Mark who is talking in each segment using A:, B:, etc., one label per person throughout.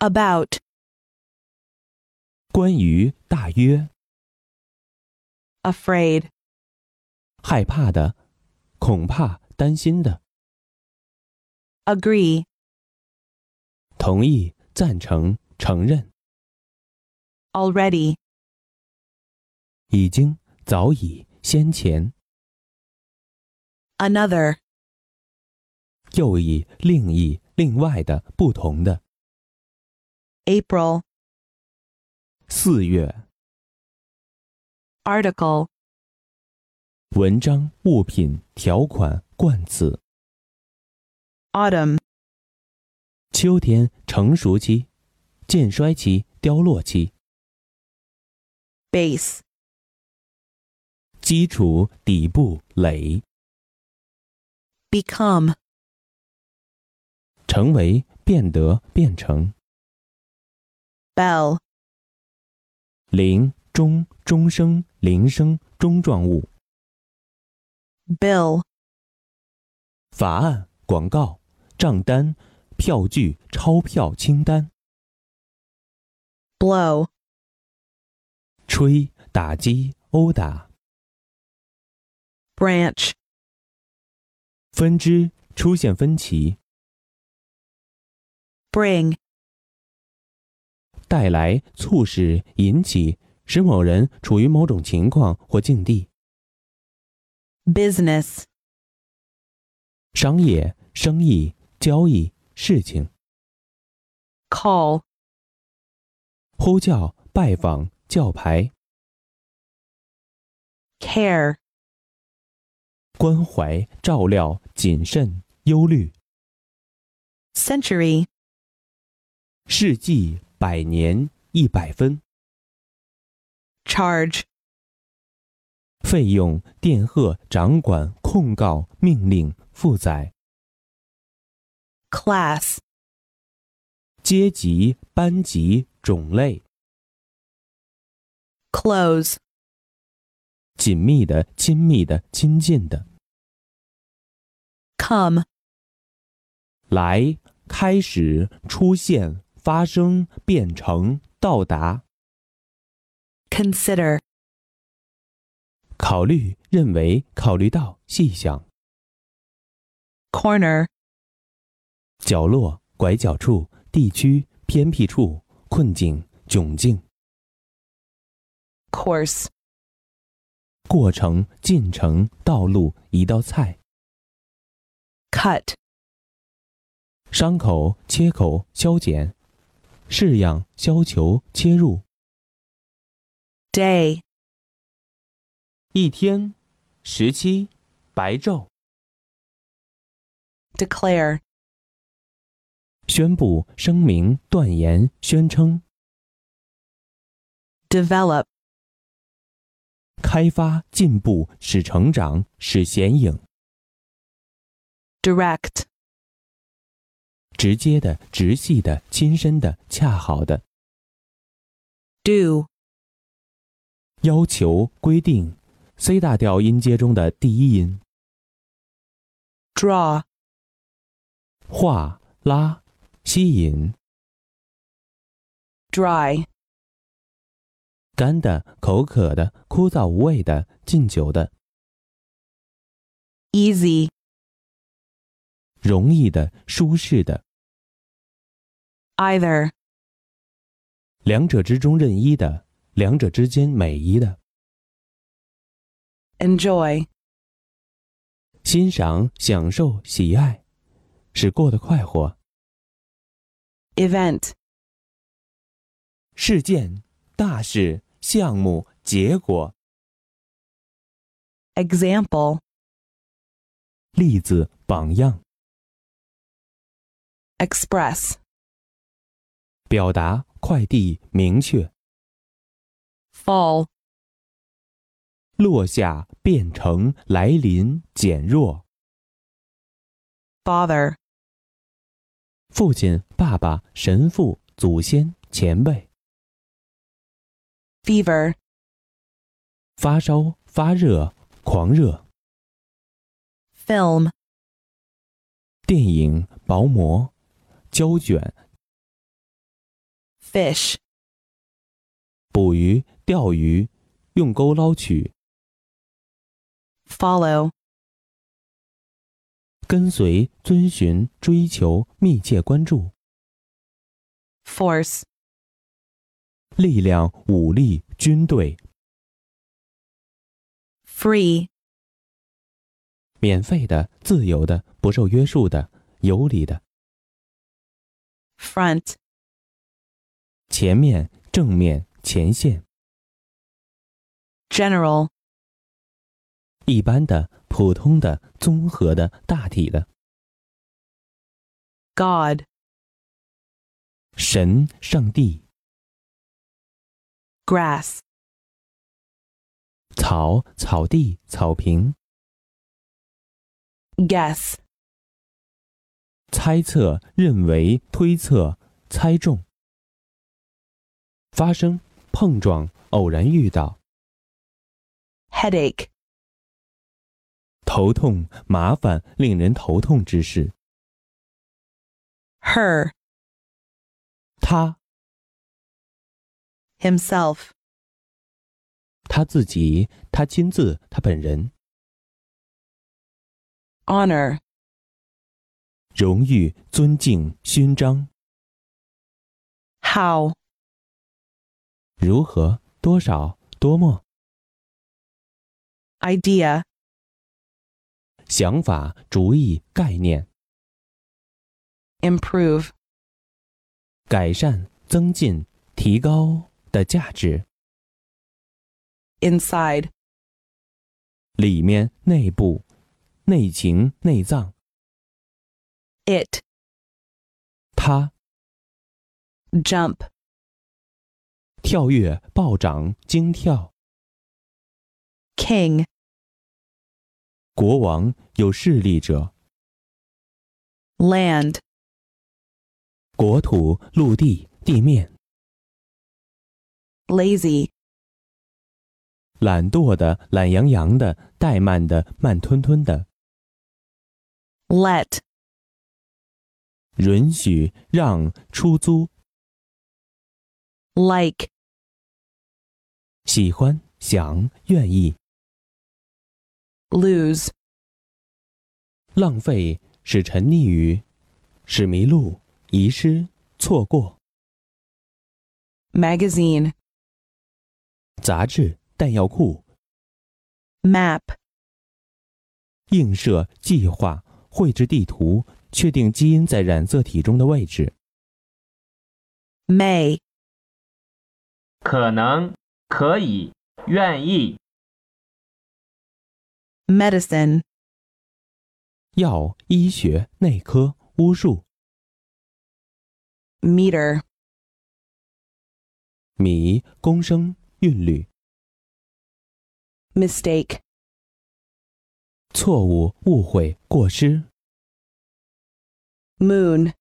A: about,
B: 关于大约
A: afraid,
B: 害怕的、恐怕、担心的、
A: agree,
B: 同意、赞成、承认、
A: already,
B: 已经、早已、先前、
A: another,
B: 又以、另以、另外的、不同的、
A: April,
B: 四月、
A: article,
B: 文章、物品、条款、冠词、
A: autumn,
B: 秋天、成熟期、渐衰期、凋落期、
A: base,
B: 基础、底部、垒、
A: become,
B: 成为、变得、变成、
A: bell,
B: 铃、钟、钟声、铃声、钟状物。
A: bill,
B: 法案、广告、账单、票据、钞票清单、
A: blow,
B: 吹、打击、殴打、
A: branch,
B: 分支出现分歧，
A: bring,
B: 带来、促使、引起，使某人处于某种情况或境地。
A: business,
B: 商业、生意、交易、事情、
A: call,
B: 呼叫、拜访、叫牌、
A: care,
B: 关怀、照料、谨慎、忧虑、
A: century,
B: 世纪、百年、一百分。
A: charge,
B: 费用、电荷、掌管、控告、命令、负载、
A: class,
B: 阶级、班级、种类、
A: close,
B: 紧密的、亲密的、亲近的、
A: come,
B: 来、开始、出现、发生、变成、到达、
A: consider,
B: 考虑、认为、考虑到、细想、
A: corner,
B: 角落、拐角处、地区、偏僻处、困境、窘境、
A: course,
B: 过程、进程、道路、一道菜、
A: cut,
B: 伤口、切口、消减、式样、削球、切入、
A: day,
B: 一天、时期、白昼、
A: declare,
B: 宣布、声明、断言、宣称、
A: develop,
B: 开发、进步、使成长、使显影、
A: direct,
B: 直接的、直系的、亲身的、恰好的、
A: do,
B: 要求、规定。C 大调音阶中的第一音，
A: draw,
B: 画、拉、吸引、
A: dry,
B: 干的、口渴的、枯燥无味的、禁酒的、
A: easy,
B: 容易的、舒适的，
A: either,
B: 两者之中任一的，两者之间每一的。
A: enjoy,
B: 欣赏、享受、喜爱，使过得快活。
A: event,
B: 事件、大事、项目、结果、
A: example,
B: 例子、榜样、
A: express,
B: 表达、快递、明确、
A: fall,
B: 落下、变成、来临、减弱。
A: bother,
B: 父亲、爸爸、神父、祖先、前辈、
A: fever,
B: 发烧、发热、狂热、
A: film,
B: 电影、薄膜、胶卷、
A: fish,
B: 捕鱼、钓鱼，用钩捞取，
A: follow,
B: 跟随、遵循、追求、密切关注，
A: force,
B: 力量、武力、军队，
A: free,
B: 免费的、自由的、不受约束的、有理的，
A: front,
B: 前面、正面、前线，
A: general,
B: 一般的、普通的、综合的、大体的，
A: God,
B: 神、上帝、
A: grass,
B: 草、草地、草坪，
A: guess,
B: 猜测、认为、推测、猜中，发生、碰撞、偶然遇到。
A: headache,
B: 头痛、麻烦、令人头痛之事。
A: her,
B: 他、
A: himself,
B: 他自己、他亲自、他本人，
A: honor,
B: 荣誉、尊敬、勋章，
A: how,
B: 如何、多少、多么，
A: idea,
B: 想法、主意、概念，
A: improve,
B: 改善、增进、提高的价值，
A: inside,
B: 里面、内部、内情、内脏，
A: it,
B: 他
A: jump,
B: 跳跃、暴涨、惊跳，
A: king,
B: 国王有势力者，
A: land,
B: 国土、陆地、地面。
A: lazy,
B: 懒惰的、懒洋洋的、怠慢的、慢吞吞的，
A: let,
B: 允许、让、出租、
A: like,
B: 喜欢、想、愿意、
A: lose,
B: 浪费，使沉溺于，使迷路、遗失、错过。
A: magazine,
B: 杂志、弹药库、
A: map,
B: 映射、计划、绘制地图、确定基因在染色体中的位置、
A: may,
C: 可能、可以、愿意、
A: medicine,
B: 药、医学、内科、巫术、
A: meter,
B: 米、公升、韵律、
A: mistake,
B: 错误、误会、过失。
A: moon,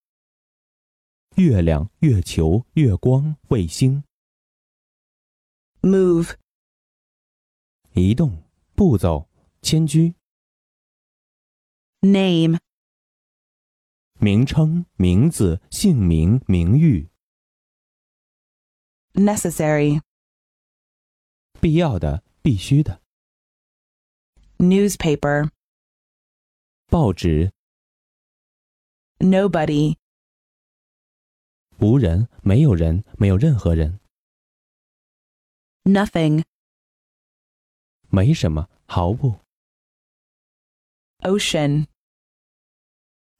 B: 月亮、月球、月光、卫星、
A: move,
B: 移动、步骤、迁居、
A: name,
B: 名称、名字、姓名、名誉、
A: necessary,
B: 必要的、必须的、
A: newspaper,
B: 报纸、
A: nobody,
B: 无人、没有人、没有任何人、
A: nothing,
B: 没什么、毫不、
A: ocean,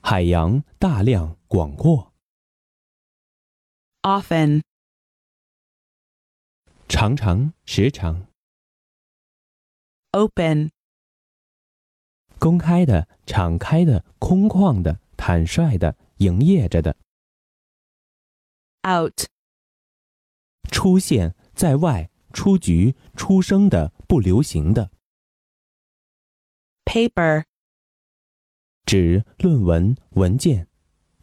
B: 海洋、大量、广阔、
A: often,
B: 常常、时常、
A: open,
B: 公开的、敞开的、空旷的、坦率的、营业着的、
A: out,
B: 出现在外、出局、出生的、不流行的。
A: paper,
B: 指论文、文件、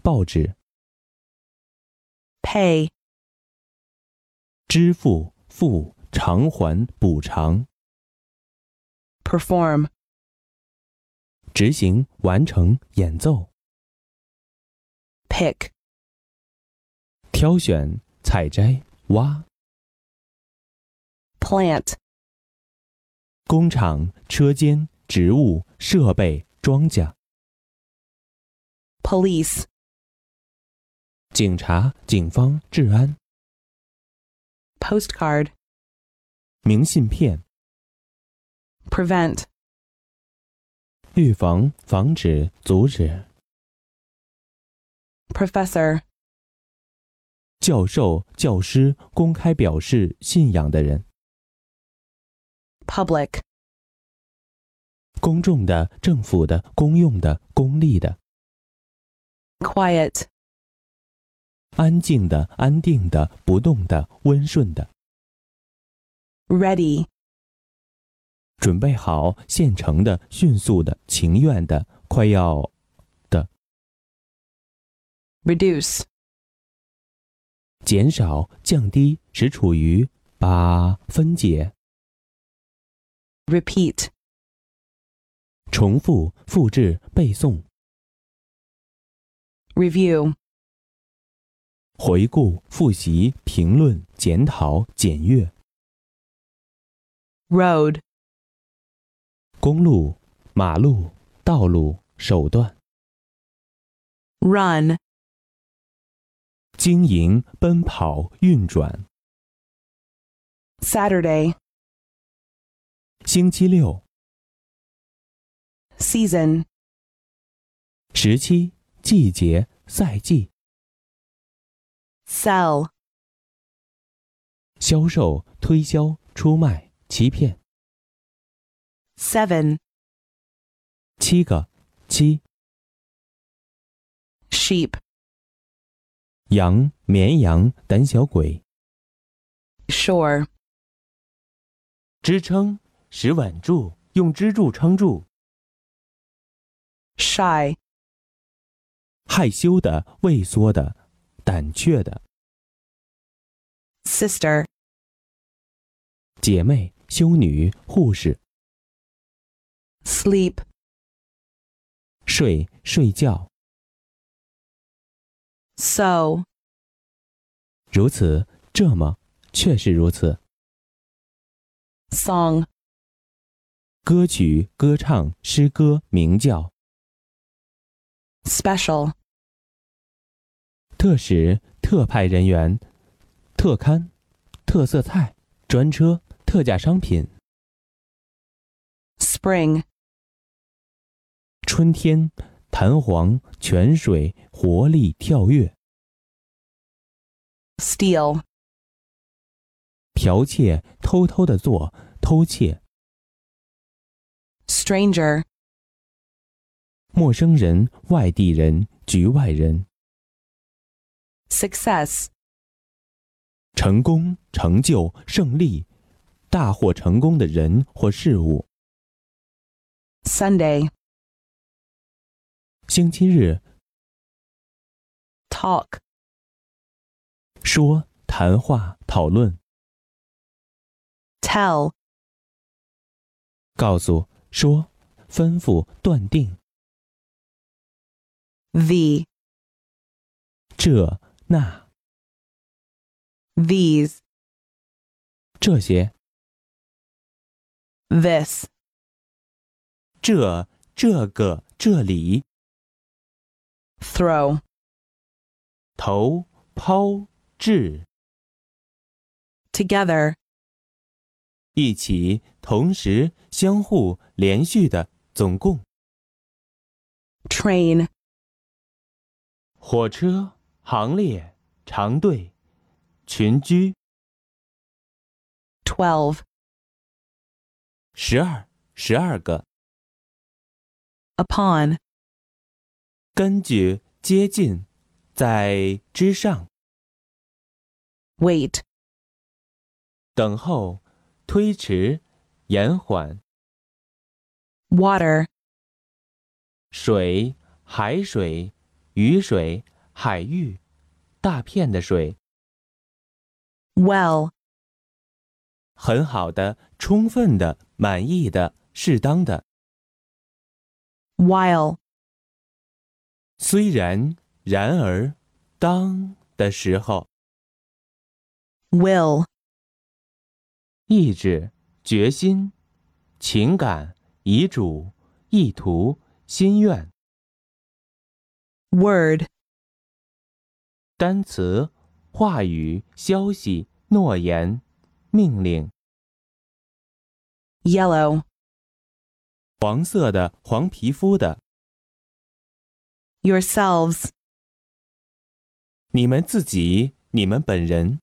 B: 报纸、
A: pay,
B: 支付、付、偿还、补偿、
A: perform,
B: 执行、完成、演奏、
A: pick,
B: 挑选、采摘、挖。
A: plant,
B: 工厂、车间、植物、设备、庄稼。
A: police,
B: 警察、警方、治安、
A: postcard,
B: 明信片、
A: prevent,
B: 预防、防止、阻止、
A: professor,
B: 教授、教师公开表示信仰的人，
A: public,
B: 公众的、政府的、公用的、公立的、
A: quiet,
B: 安静的、安定的、不动的、温顺的，
A: ready,
B: 准备好、现成的、迅速的、情愿的、快要
A: reduce,
B: 减少、降低，使处于把分解、
A: repeat,
B: 重复、复制、背诵、
A: review,
B: 回顾、复习、评论、检讨、检阅。
A: road,
B: 公路、马路、道路、手段、
A: run,
B: 经营、奔跑、运转。
A: Saturday,
B: 星期六、
A: season,
B: 时期、季节、赛季、
A: sell,
B: 销售、推销、出卖、欺骗。
A: seven,
B: 七个七，
A: sheep,
B: 羊、绵羊、胆小鬼。
A: shore,
B: 支撑，使稳住，用支柱撑住。
A: shy,
B: 害羞的、畏缩的、胆怯的。
A: sister,
B: 姐妹、修女、护士。
A: sleep,
B: 睡、睡觉。
A: so,
B: 如此，这么，确实如此。
A: song,
B: 歌曲、歌唱、诗歌、鸣叫、
A: special,
B: 特使、特派人员、特刊、特色菜、专车、特价商品、
A: spring,
B: 春天、弹簧、泉水、活力、跳跃、
A: steal,
B: 剽窃、偷偷的做、偷窃、
A: stranger,
B: 陌生人、外地人、局外人、
A: success,
B: 成功、成就、胜利、大获成功的人或事物。
A: Sunday,
B: 星期日
A: talk,
B: 说、谈话、讨论。
A: tell,
B: 告诉、说、吩咐、断定，
A: the,
B: 这、那、
A: these,
B: 这些、
A: this,
B: 这、这个、这里、
A: throw,
B: 投、抛、掷，
A: together,
B: 一起、同时、相互、连续的，总共。
A: train,
B: 火车、行列、长队、群居。
A: 12,
B: 十二，十二个。
A: upon,
B: 根据、接近，在之上。
A: wait,
B: 等候、推迟、延缓。
A: water,
B: 水、海水、雨水、海域、大片的水，
A: well,
B: 很好的、充分的、满意的、适当的。
A: while,
B: 虽然、然而、当的时候，
A: will,
B: 意志、决心、情感、遗嘱、意图、心愿。
A: word,
B: 单词、话语、消息、诺言、命令。
A: yellow,
B: 黄色的、黄皮肤的，
A: yourselves,
B: 你们自己，你们本人。